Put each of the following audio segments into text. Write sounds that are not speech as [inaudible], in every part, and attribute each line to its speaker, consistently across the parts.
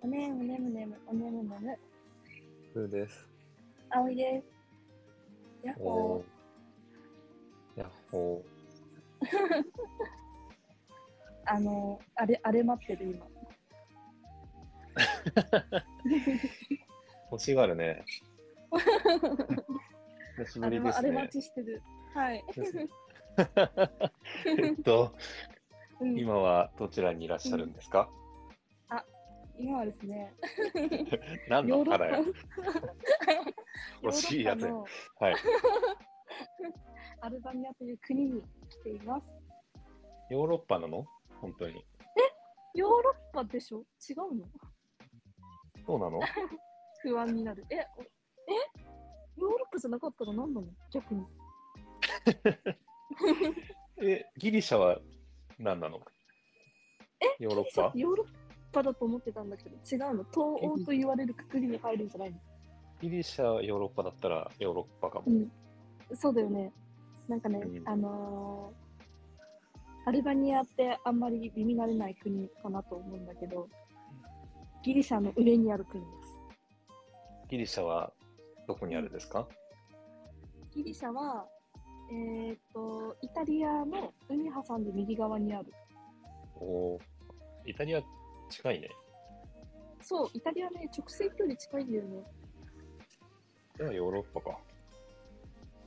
Speaker 1: おねんおねむねむおねむねむ
Speaker 2: ふうです。
Speaker 1: あおいですやっ
Speaker 2: お
Speaker 1: ほ
Speaker 2: ーやっほ
Speaker 1: ーあのあれあれ待ってる今
Speaker 2: ー。欲しがるね。久しぶ
Speaker 1: あれ
Speaker 2: りで
Speaker 1: [laughs] はあ
Speaker 2: す
Speaker 1: れ
Speaker 2: ね
Speaker 1: 待。ちしてるはい、
Speaker 2: [laughs] えっと、
Speaker 1: うん、
Speaker 2: 今はどちらにいらっしゃるんですか、
Speaker 1: 今はですね
Speaker 2: 何
Speaker 1: ヨー
Speaker 2: の
Speaker 1: ロッ
Speaker 2: 腹
Speaker 1: パ
Speaker 2: や
Speaker 1: ヨーロ
Speaker 2: 惜しいや
Speaker 1: ッ
Speaker 2: つ
Speaker 1: パ
Speaker 2: や。
Speaker 1: の
Speaker 2: はい。
Speaker 1: アルバニアという国に来ています
Speaker 2: ヨーロッパなの本当に。
Speaker 1: ヨーロッパでしょ違うの
Speaker 2: そうなの
Speaker 1: 不安になるえおえヨーロッパじゃなかったら何なの逆に
Speaker 2: え、ギリシャは何なのヨーロッパ
Speaker 1: ヨーロッパだと思ってたんだけど違うの東欧と言われるくくりに入るんじゃないの
Speaker 2: ギリシャはヨーロッパだったらヨーロッパかも。
Speaker 1: うんそうだよねなんかね、
Speaker 2: うん
Speaker 1: あのーアルバニアってあんまり耳慣れない国かなと思うんだけどギリシャの上にある国です
Speaker 2: ギリシャはどこにあるんですか、
Speaker 1: ギリシャは、えー、っと、イタリアの海挟んで右側にある。
Speaker 2: おーイタリア近いね。
Speaker 1: そう、イタリアね、直線距離近いんだよね。
Speaker 2: ではヨーロッパか。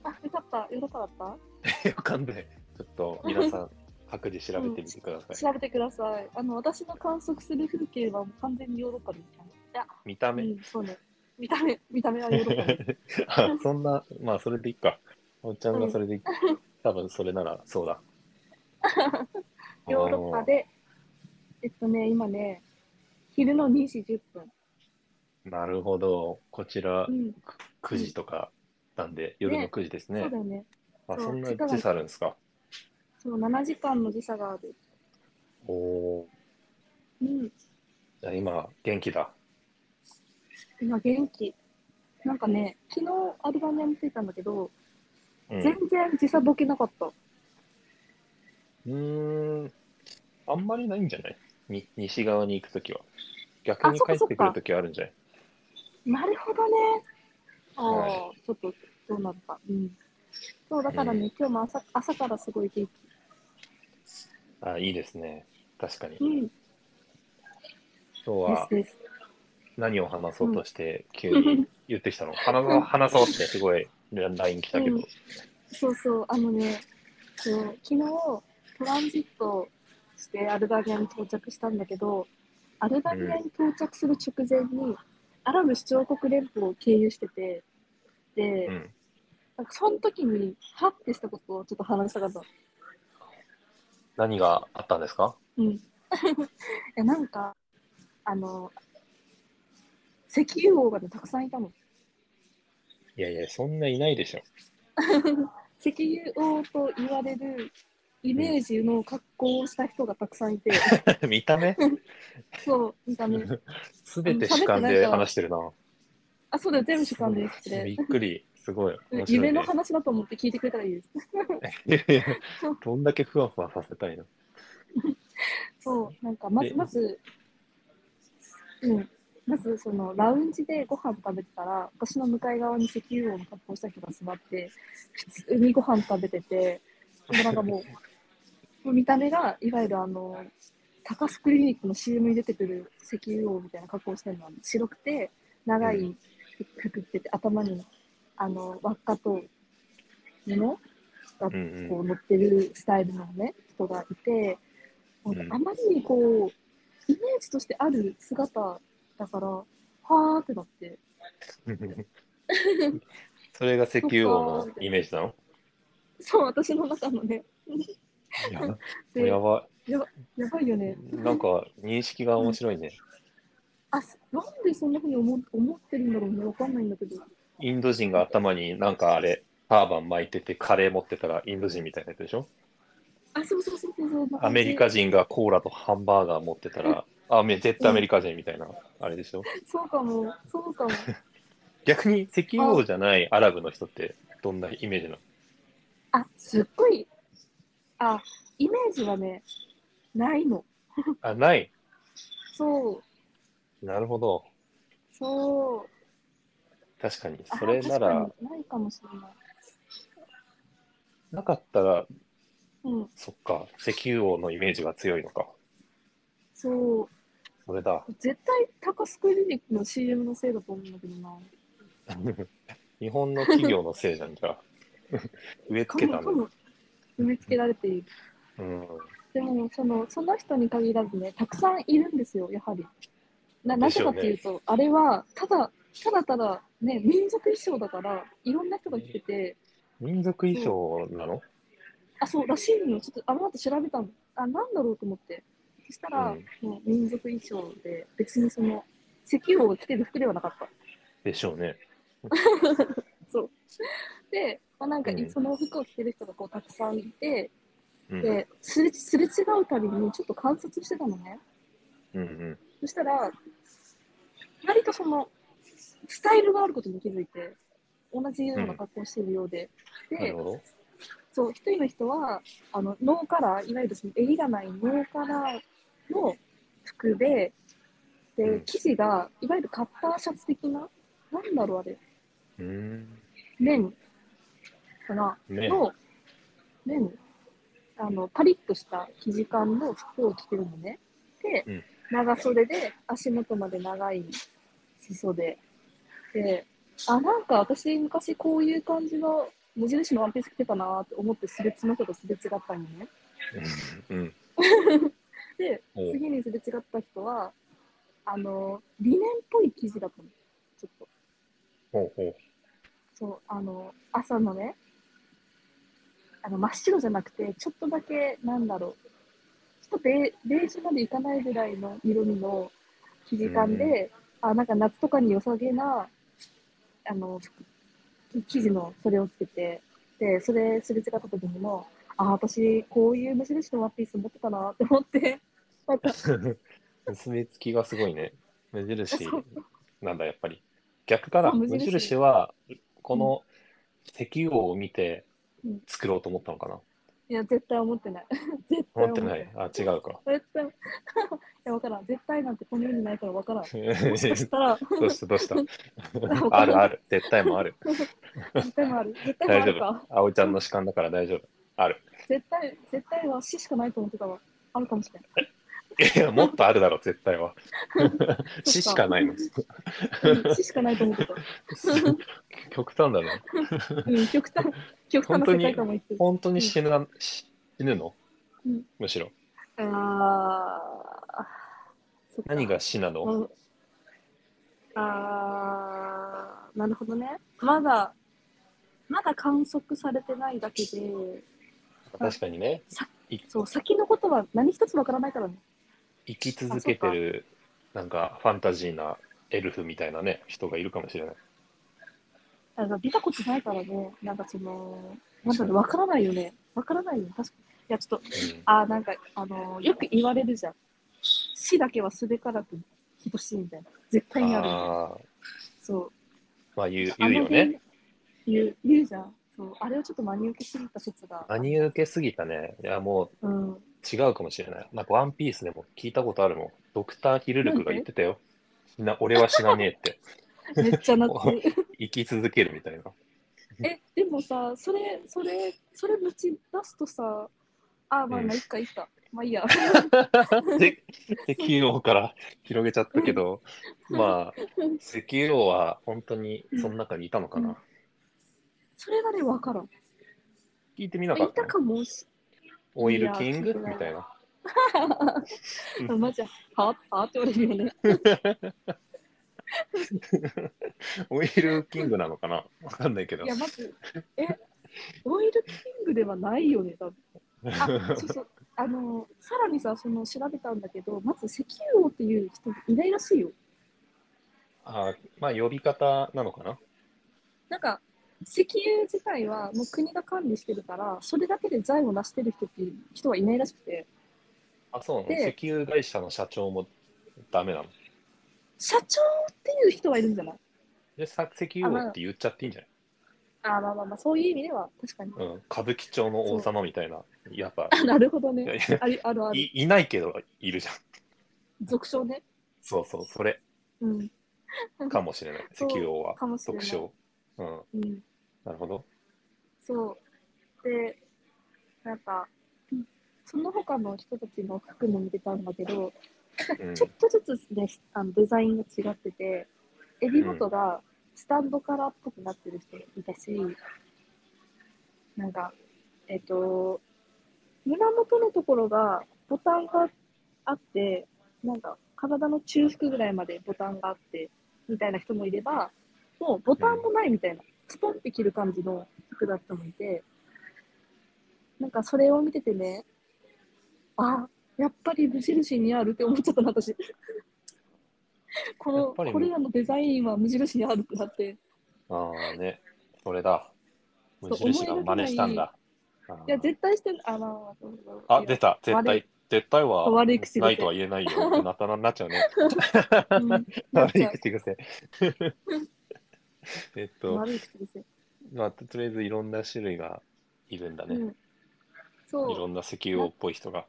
Speaker 1: あ、よかった、ヨーロッパだっ
Speaker 2: わかんない。ちょっと皆さん、各自調べてみてください。
Speaker 1: た調べてください。あの、私の観測する風景はもう完全にヨーロッパですね。いや、
Speaker 2: 見た
Speaker 1: う
Speaker 2: 目。
Speaker 1: ん、そうね。見た目、見た目はヨーロッパです。
Speaker 2: [laughs] あそんな、まあ、それでいいか。おっちゃんがそれでいい。多分それなら、そうだ。
Speaker 1: [laughs] ヨーロッパで、えっとね、今ね、昼の2時10分。
Speaker 2: あー。なるほど。こちら
Speaker 1: う、ん、
Speaker 2: 9時とかなんで、夜の9時ですね。
Speaker 1: そうだよね。
Speaker 2: あ、
Speaker 1: そう
Speaker 2: そんな時差あるんですか。
Speaker 1: そう、7時間の時差がある。
Speaker 2: おお
Speaker 1: うん、
Speaker 2: ー。じゃあ今、元気だ。
Speaker 1: 今元気。なんかね、昨日アルバニアに着いたんだけど、
Speaker 2: うん。
Speaker 1: 全
Speaker 2: う
Speaker 1: 然時差ボケなかった。
Speaker 2: ーん。あんまりないんじゃないに西側に行くときは。逆
Speaker 1: あ
Speaker 2: に
Speaker 1: そっ
Speaker 2: 帰
Speaker 1: か
Speaker 2: っ
Speaker 1: そっか
Speaker 2: てくるときはあるんじゃない
Speaker 1: なるほどね。ああ、ちょっとどうなるか。うん。そう、だからね、
Speaker 2: う
Speaker 1: 今日も朝朝からすごい元
Speaker 2: あ、いいですね。確かに。
Speaker 1: 気。
Speaker 2: 今
Speaker 1: うん。で
Speaker 2: 日は
Speaker 1: す、です。
Speaker 2: 何を話そうとして急に言ってきたの、話そう話そうってすごい LINE 来たけど、
Speaker 1: うんそうそう、あのね、そう昨日トランジットしてアルバニアに到着したんだけど、アルバニアに到着する直前に、アラブ首長国連邦を経由してて、で、
Speaker 2: うん
Speaker 1: なんかその時に、ハッてしたことをちょっと話したかったの。
Speaker 2: 何があったんですか
Speaker 1: うん [laughs] いやなんかあの石油王がねたくさんいたの
Speaker 2: いやいやそんないないでしょ [laughs]
Speaker 1: 石油王と言われるイメージの格好をした人がたくさんい
Speaker 2: [laughs]
Speaker 1: て
Speaker 2: 見た目
Speaker 1: そう見た目
Speaker 2: 全て主観で話してるな
Speaker 1: あそうだよ全部主観ですって
Speaker 2: びっくりすごい面白
Speaker 1: 夢
Speaker 2: い、
Speaker 1: の
Speaker 2: ね、
Speaker 1: 話だと思って聞いてくれたらいいです
Speaker 2: いやいや [laughs] どんだけふわふわさせたいの
Speaker 1: そうなんかまず
Speaker 2: で
Speaker 1: まずうんまずそのラウンジでご飯食べてたら私の向かい側に石油王の格好した人が座って普通にご飯食べててでなんかもう [laughs] 見た目がいわゆるあの高須クリニックの CM に出てくる石油王みたいな格好してるの白くて長
Speaker 2: う
Speaker 1: い服着てて頭にあの輪っかと布
Speaker 2: うん
Speaker 1: こう乗ってるスタイルのね人がいて、
Speaker 2: うん
Speaker 1: あまりにこうイメージとしてある姿だからはーってなって
Speaker 2: うんそれが石油王のイメージなの
Speaker 1: そう私の中のね
Speaker 2: いや
Speaker 1: で
Speaker 2: や
Speaker 1: や
Speaker 2: ば
Speaker 1: ばいよ
Speaker 2: い
Speaker 1: ね
Speaker 2: なんか認識が面白いね、
Speaker 1: あすなんでそんなふうに思思ってるんだろうねわかんないんだけど
Speaker 2: インド人が頭になんかあれターバン巻いててカレー持ってたらインド人みたいなやつでしょ
Speaker 1: あそうそうそうそうそう
Speaker 2: アメリカ人がコーラとハンバーガー持ってたら、あ、め絶対アメリカ人みたいな、あれでしょ。
Speaker 1: そうかもそうかも
Speaker 2: 逆に石油王じゃないアラブの人って、どんなイメージなの
Speaker 1: あすっごいあイメージはねないの
Speaker 2: あ、ない。
Speaker 1: そう
Speaker 2: なるほど。
Speaker 1: そう。
Speaker 2: 確かに。
Speaker 1: あ
Speaker 2: それなら
Speaker 1: 確、かにないかもしれない。
Speaker 2: なかったら、
Speaker 1: うん、
Speaker 2: そっか、石油王のイメージが強いのか。
Speaker 1: そう。
Speaker 2: それだ。
Speaker 1: 絶対タカスクリニックの CM のせいだと思うんだけどな。
Speaker 2: 日本の企業のせいじゃんじゃあ。 [laughs] 植え
Speaker 1: か
Speaker 2: 付け
Speaker 1: も
Speaker 2: た
Speaker 1: か
Speaker 2: の。
Speaker 1: も埋めつけられている。
Speaker 2: うん。
Speaker 1: でもそのその人に限らずね、たくさんいるんですよ、やはり。なな
Speaker 2: です
Speaker 1: ぜ
Speaker 2: よ
Speaker 1: か
Speaker 2: ね
Speaker 1: というと、あれはただただただ、ね、民族衣装だから、いろんな人が来てて、
Speaker 2: 民族衣装なの
Speaker 1: あ、そうらしいのよ、ちょっとあの後調べたの、あ、なんだろうと思って、そしたら、
Speaker 2: うん
Speaker 1: もう民族衣装で、別にその石油王が着てる服ではなかった。
Speaker 2: でしょうね。
Speaker 1: そうで、まあ、なんかい
Speaker 2: うん
Speaker 1: その服を着てる人がこうたくさんいて、
Speaker 2: うん。
Speaker 1: で、すれすれ違うたびにちょっと観察してたのね。
Speaker 2: うんうん。
Speaker 1: そしたら、割とその、スタイルがあることに気づいて、同じような格好をしているようで。
Speaker 2: な
Speaker 1: で
Speaker 2: る、ほど。
Speaker 1: そう、一人の人は、あの、ノーカラー、いわゆるその襟がないノーカラーの服で、
Speaker 2: う
Speaker 1: で
Speaker 2: ん、
Speaker 1: 生地が、いわゆるカッターシャツ的な、なんだろうあれ、
Speaker 2: うん。
Speaker 1: 綿かな、
Speaker 2: ね
Speaker 1: の、綿、あの、パリッとした生地感の服を着てるのね。で、
Speaker 2: うん
Speaker 1: 長袖で、足元まで長い裾で。で、あ、なんか私昔こういう感じの無印のワンピース着てたなーって思ってすれ違ったとすれ違ったのね。
Speaker 2: うん。
Speaker 1: で、
Speaker 2: おう
Speaker 1: 次にすれ違った人は、あの、リネンっぽい生地だったの。ちょっと。
Speaker 2: ほうほう。
Speaker 1: そう、あの、朝のね、あの、真っ白じゃなくて、ちょっとだけ、なんだろう、ちょっとベーベージュまでいかないぐらいの色味の生地感で、あ、なんか夏とかに良さげな、あの、服生地のそれをつけて、で、それすれ違った時にも、あ、私、こういう無印のワンピース持ってたなって思って、 [laughs] なんか、
Speaker 2: 結びつきがすごいね。無印
Speaker 1: そう
Speaker 2: なんだ、やっぱり。逆かな。
Speaker 1: そう
Speaker 2: 無
Speaker 1: 無
Speaker 2: 印
Speaker 1: 印
Speaker 2: は、この石油王を見て
Speaker 1: うん
Speaker 2: 作ろうと思ったのかな。
Speaker 1: いや、絶対思ってない。 [laughs] 絶対
Speaker 2: 思ってない。あ、違うか。
Speaker 1: 絶 [laughs] 対、いや、わからん。絶対なんてこの世にないからわからん。
Speaker 2: ど
Speaker 1: も
Speaker 2: う
Speaker 1: しか
Speaker 2: し
Speaker 1: したら、
Speaker 2: たどうした
Speaker 1: わか
Speaker 2: あ
Speaker 1: んない
Speaker 2: るある。絶対もある。
Speaker 1: 絶対もある。絶対もあるか。
Speaker 2: 葵ちゃんの主観だから大丈夫。ある。
Speaker 1: 絶対、絶対は死しかないと思ってたわ。あるかもしれない。
Speaker 2: いや、もっとあるだろ、絶対は。 [laughs] 死し
Speaker 1: [laughs]
Speaker 2: かないの。
Speaker 1: うん死しかないと思ってた。
Speaker 2: 極端だね。
Speaker 1: うん、極端、極端な世界観も言ってる。
Speaker 2: 本当に死ぬな、死ぬの
Speaker 1: うん
Speaker 2: むしろ。
Speaker 1: あー。そっか
Speaker 2: 何が死なの
Speaker 1: うんあー、なるほどね。まだ、まだ観測されてないだけで、
Speaker 2: 確かにね。
Speaker 1: さ
Speaker 2: い
Speaker 1: そう、先のことは何一つわからないからね。
Speaker 2: 生き続けてるなんかファンタジーなエルフみたいなね人がいるかもしれない
Speaker 1: あの見たことないからね、なんかその、なんだろう、わからないよね。わからないよね、確かに。いや、ちょっと、あーなんか、あのーよく言われるじゃん。死だけはすべからく等しいみたいな。絶
Speaker 2: う
Speaker 1: 対
Speaker 2: ん、
Speaker 1: にあるみたいな。
Speaker 2: ああ
Speaker 1: そう。
Speaker 2: まあ言う
Speaker 1: あ
Speaker 2: 言うよね。
Speaker 1: 言う、言うじゃん。そう。あれをちょっと真に受けすぎた説が。
Speaker 2: 真に受けすぎたねいやも
Speaker 1: うん。
Speaker 2: う違うかもしれないなんかワンピースでも聞いたことあるもんドクター・ヒルルクが言ってたよ死な俺は死なねえって
Speaker 1: めっちゃ夏。
Speaker 2: 生き続けるみたいな
Speaker 1: え、でもさ、それ、それ、それぶち出すとさ、あー、まあ、
Speaker 2: うん
Speaker 1: まあ、いっか、いっか。まあいいや。
Speaker 2: [laughs] で石油王から広げちゃったけどまあ石油王は本当にその中にいたのかな、
Speaker 1: うんそれがね、わからん。
Speaker 2: 聞いてみなか
Speaker 1: い
Speaker 2: った
Speaker 1: たかもし
Speaker 2: オイルキン
Speaker 1: い
Speaker 2: グ
Speaker 1: や聞いてない
Speaker 2: みたいな
Speaker 1: [laughs] うんマジで、はあって言われるよね。
Speaker 2: オイルキングなのかなわかんないけど
Speaker 1: いや、まず、え、オイルキングではないよね、多分。
Speaker 2: [laughs]
Speaker 1: あ、そうそう。あの、さらにさ、その、調べたんだけど、まず、石油王っていう人いないらしいよ。
Speaker 2: あーまあ呼び方なのかな
Speaker 1: なんか、石油自体はもう国が管理してるから、それだけで財を成してる人っていう人はいないらしくて、
Speaker 2: あそうなの
Speaker 1: で
Speaker 2: 石油会社の社長もダメなの
Speaker 1: 社長っていう人はいるんじゃない
Speaker 2: でさ石油王って言っちゃっていいんじゃ
Speaker 1: あー、まあまあまあ、そういう意味では、確かに。 [laughs]
Speaker 2: ない、うん、歌舞伎町の王様みたいなやっぱ
Speaker 1: あなるほど
Speaker 2: いや
Speaker 1: ね。
Speaker 2: いや
Speaker 1: ありあるある。
Speaker 2: いいないけどいるじゃん
Speaker 1: 俗称ね。
Speaker 2: そうそうそれ
Speaker 1: うん。
Speaker 2: かもしれない。石
Speaker 1: そう
Speaker 2: 油王は
Speaker 1: かもしれな
Speaker 2: 特
Speaker 1: い
Speaker 2: 徴。うん。
Speaker 1: うん。
Speaker 2: なる
Speaker 1: [laughs]
Speaker 2: ほど。
Speaker 1: そう。で、なんか、その他の人たちの服も見てたんだけど、
Speaker 2: うん。
Speaker 1: ちょっとずつね、あのデザインが違ってて、エビ元がスタンドカラーっぽくなってる人もいたし、なんか、えっ、と、胸元のところがボタンがあって、なんか体の中腹ぐらいまでボタンがあって、みたいな人もいれば、もうボタンもないみたいな、スポンって切る感じの服だった人もいて、なんかそれを見ててね、あ、やっぱり無印にあるって思っちゃったの、
Speaker 2: [laughs]
Speaker 1: 私。こ
Speaker 2: やっぱ
Speaker 1: の、
Speaker 2: り
Speaker 1: これらのデザインは無印にあるってなって、
Speaker 2: ああね、それだ。
Speaker 1: そう
Speaker 2: 無印が真似したんだ。
Speaker 1: いや、
Speaker 2: あー
Speaker 1: 絶対してん、あ、まあまあそうそう
Speaker 2: あ、出た。絶
Speaker 1: 悪
Speaker 2: 対、絶対は
Speaker 1: 悪い口癖
Speaker 2: ないとは言
Speaker 1: [laughs]
Speaker 2: えないよ。なたなになっちゃうね。 [laughs]
Speaker 1: うんなっ
Speaker 2: 悪
Speaker 1: ち
Speaker 2: い
Speaker 1: ゃう [laughs]
Speaker 2: 口癖。えっと、
Speaker 1: 悪い口ですよ。
Speaker 2: まあ、とりあえずいろんな種類がいるんだ
Speaker 1: う
Speaker 2: ね。
Speaker 1: ん。そ
Speaker 2: いうろ、んな石油王っぽい人が。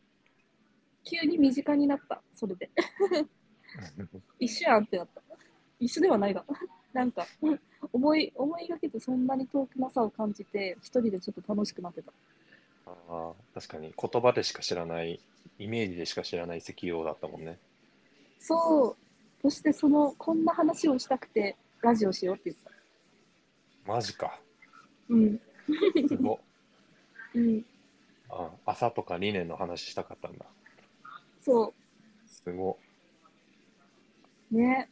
Speaker 1: 急に身近になった、それで。 [laughs] 一緒やんってなった。一緒ではないが、なんか、 [laughs] うん思い、思いがけてそんなに遠くなさを感じて、一人でちょっと楽しくなってた。
Speaker 2: ああ、確かに言葉でしか知らない、イメージでしか知らない石油王だったもんね。
Speaker 1: そう、そしてその、こんな話をしたくて、ラジオしようって言った。
Speaker 2: マジか。
Speaker 1: うん、
Speaker 2: すご。
Speaker 1: うん、
Speaker 2: あ朝とか理念の話したかったんだ。
Speaker 1: そ
Speaker 2: すご。
Speaker 1: う、ね、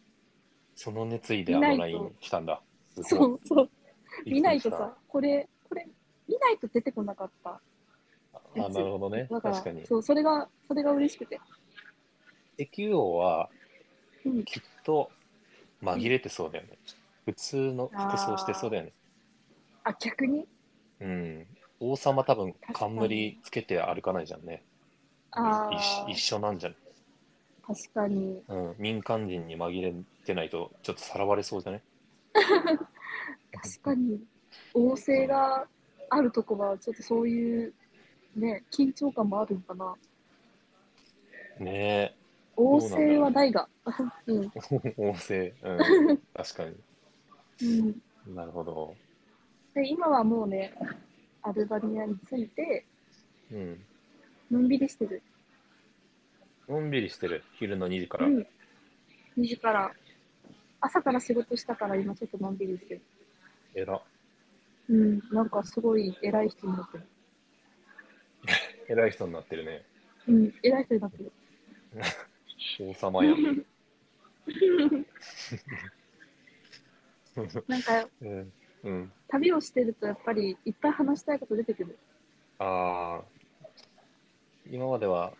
Speaker 2: その熱意であの
Speaker 1: 見
Speaker 2: ラ
Speaker 1: ない
Speaker 2: イ
Speaker 1: と
Speaker 2: ン来たんだ。すごい
Speaker 1: そう、そう、
Speaker 2: びっくり
Speaker 1: 見ないと
Speaker 2: した
Speaker 1: さ、これ、これ、見ないと出てこなかった。
Speaker 2: あ、なるほどね。
Speaker 1: だから
Speaker 2: 確かに。
Speaker 1: そう、それが、それが嬉しくて。
Speaker 2: 石油王は
Speaker 1: うん、
Speaker 2: きっと紛れてそうだよね。普通の服装してそうだよね。
Speaker 1: あ、逆に
Speaker 2: うん。王様多分
Speaker 1: 確かに
Speaker 2: 冠つけて歩かないじゃんね。
Speaker 1: あ
Speaker 2: 一一
Speaker 1: ー
Speaker 2: 緒なんじゃん。
Speaker 1: 確かに。
Speaker 2: うん。民間人に紛れてないとちょっとさらわれそうじゃね。
Speaker 1: 確かに旺盛があるとこはちょっとそういうね緊張感もあるのかな
Speaker 2: ね
Speaker 1: 旺盛はないがうん、
Speaker 2: え。 [laughs] 王政。
Speaker 1: [laughs]
Speaker 2: うん。確か
Speaker 1: うん、
Speaker 2: に。なるほど。
Speaker 1: で今はもうねアルバニアについて
Speaker 2: うん。
Speaker 1: のんびりしてる、
Speaker 2: のんびりしてる。昼の2時か
Speaker 1: う
Speaker 2: ら。
Speaker 1: ん、2時から朝から仕事したから今ちょっとのんびりしてる
Speaker 2: えら。
Speaker 1: うんなんかすごい偉い人になってる
Speaker 2: 偉い人になってるね。
Speaker 1: うん偉い人になってる
Speaker 2: 王
Speaker 1: [laughs]
Speaker 2: 様や。
Speaker 1: なんか
Speaker 2: [laughs] うん。うん。
Speaker 1: 旅をしてるとやっぱりいっぱい話したいこと出てくる
Speaker 2: ああ、今までは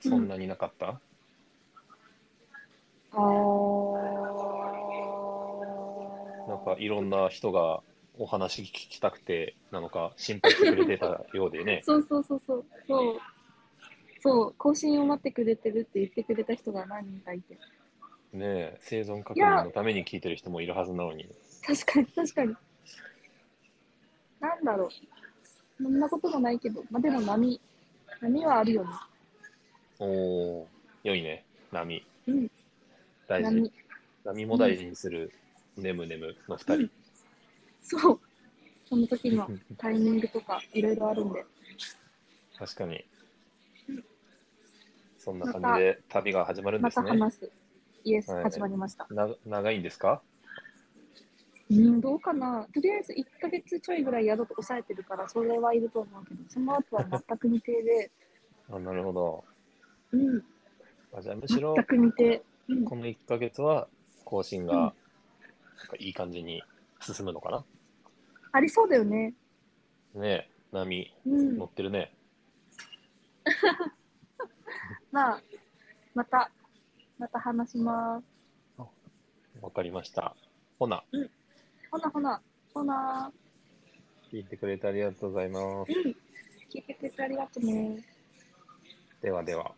Speaker 2: そんなになかった、
Speaker 1: あー
Speaker 2: なんかいろんな人がお話聞きたくてなのか心配してくれてたようで
Speaker 1: [laughs]
Speaker 2: ね。
Speaker 1: そうそうそうそうそうそう更新を待ってくれてるって言ってくれた人が何人かいて
Speaker 2: ねえ生存確認のために聞いてる人もいるはずなのに。
Speaker 1: 確かに確かになんだろうそんなこともないけどまあでも波波はあるよね
Speaker 2: おおー、良いね。波。
Speaker 1: うん
Speaker 2: 大事。
Speaker 1: 波
Speaker 2: 波も大事にする、ねむねむの二人。
Speaker 1: そうその時
Speaker 2: [laughs]
Speaker 1: のタイミングとかいろいろあるんで
Speaker 2: 確かに
Speaker 1: うん。
Speaker 2: そんな感じで旅が始まるん
Speaker 1: ま
Speaker 2: です
Speaker 1: た
Speaker 2: ね。
Speaker 1: 話すイエス
Speaker 2: はい
Speaker 1: 始まりました、
Speaker 2: な長いんですか
Speaker 1: うん、どうかなとりあえず1ヶ月ちょいぐらい宿と抑えてるからそれはいると思うけどその後は全く未定で
Speaker 2: あなるほど。
Speaker 1: うん
Speaker 2: あじゃあむしろ
Speaker 1: 全く未定うん
Speaker 2: この1ヶ月は更新がなんかいい感じに進むのかな、
Speaker 1: ありそうだよね。
Speaker 2: ねえ、波
Speaker 1: うん
Speaker 2: 乗。ってるね。
Speaker 1: まあ、また、また話します。
Speaker 2: わかりました。ほな、
Speaker 1: ほなほな、ほな。
Speaker 2: 聞いてくれてありがとうございます。
Speaker 1: うん。聞いてくれてありがとうね。
Speaker 2: ではでは。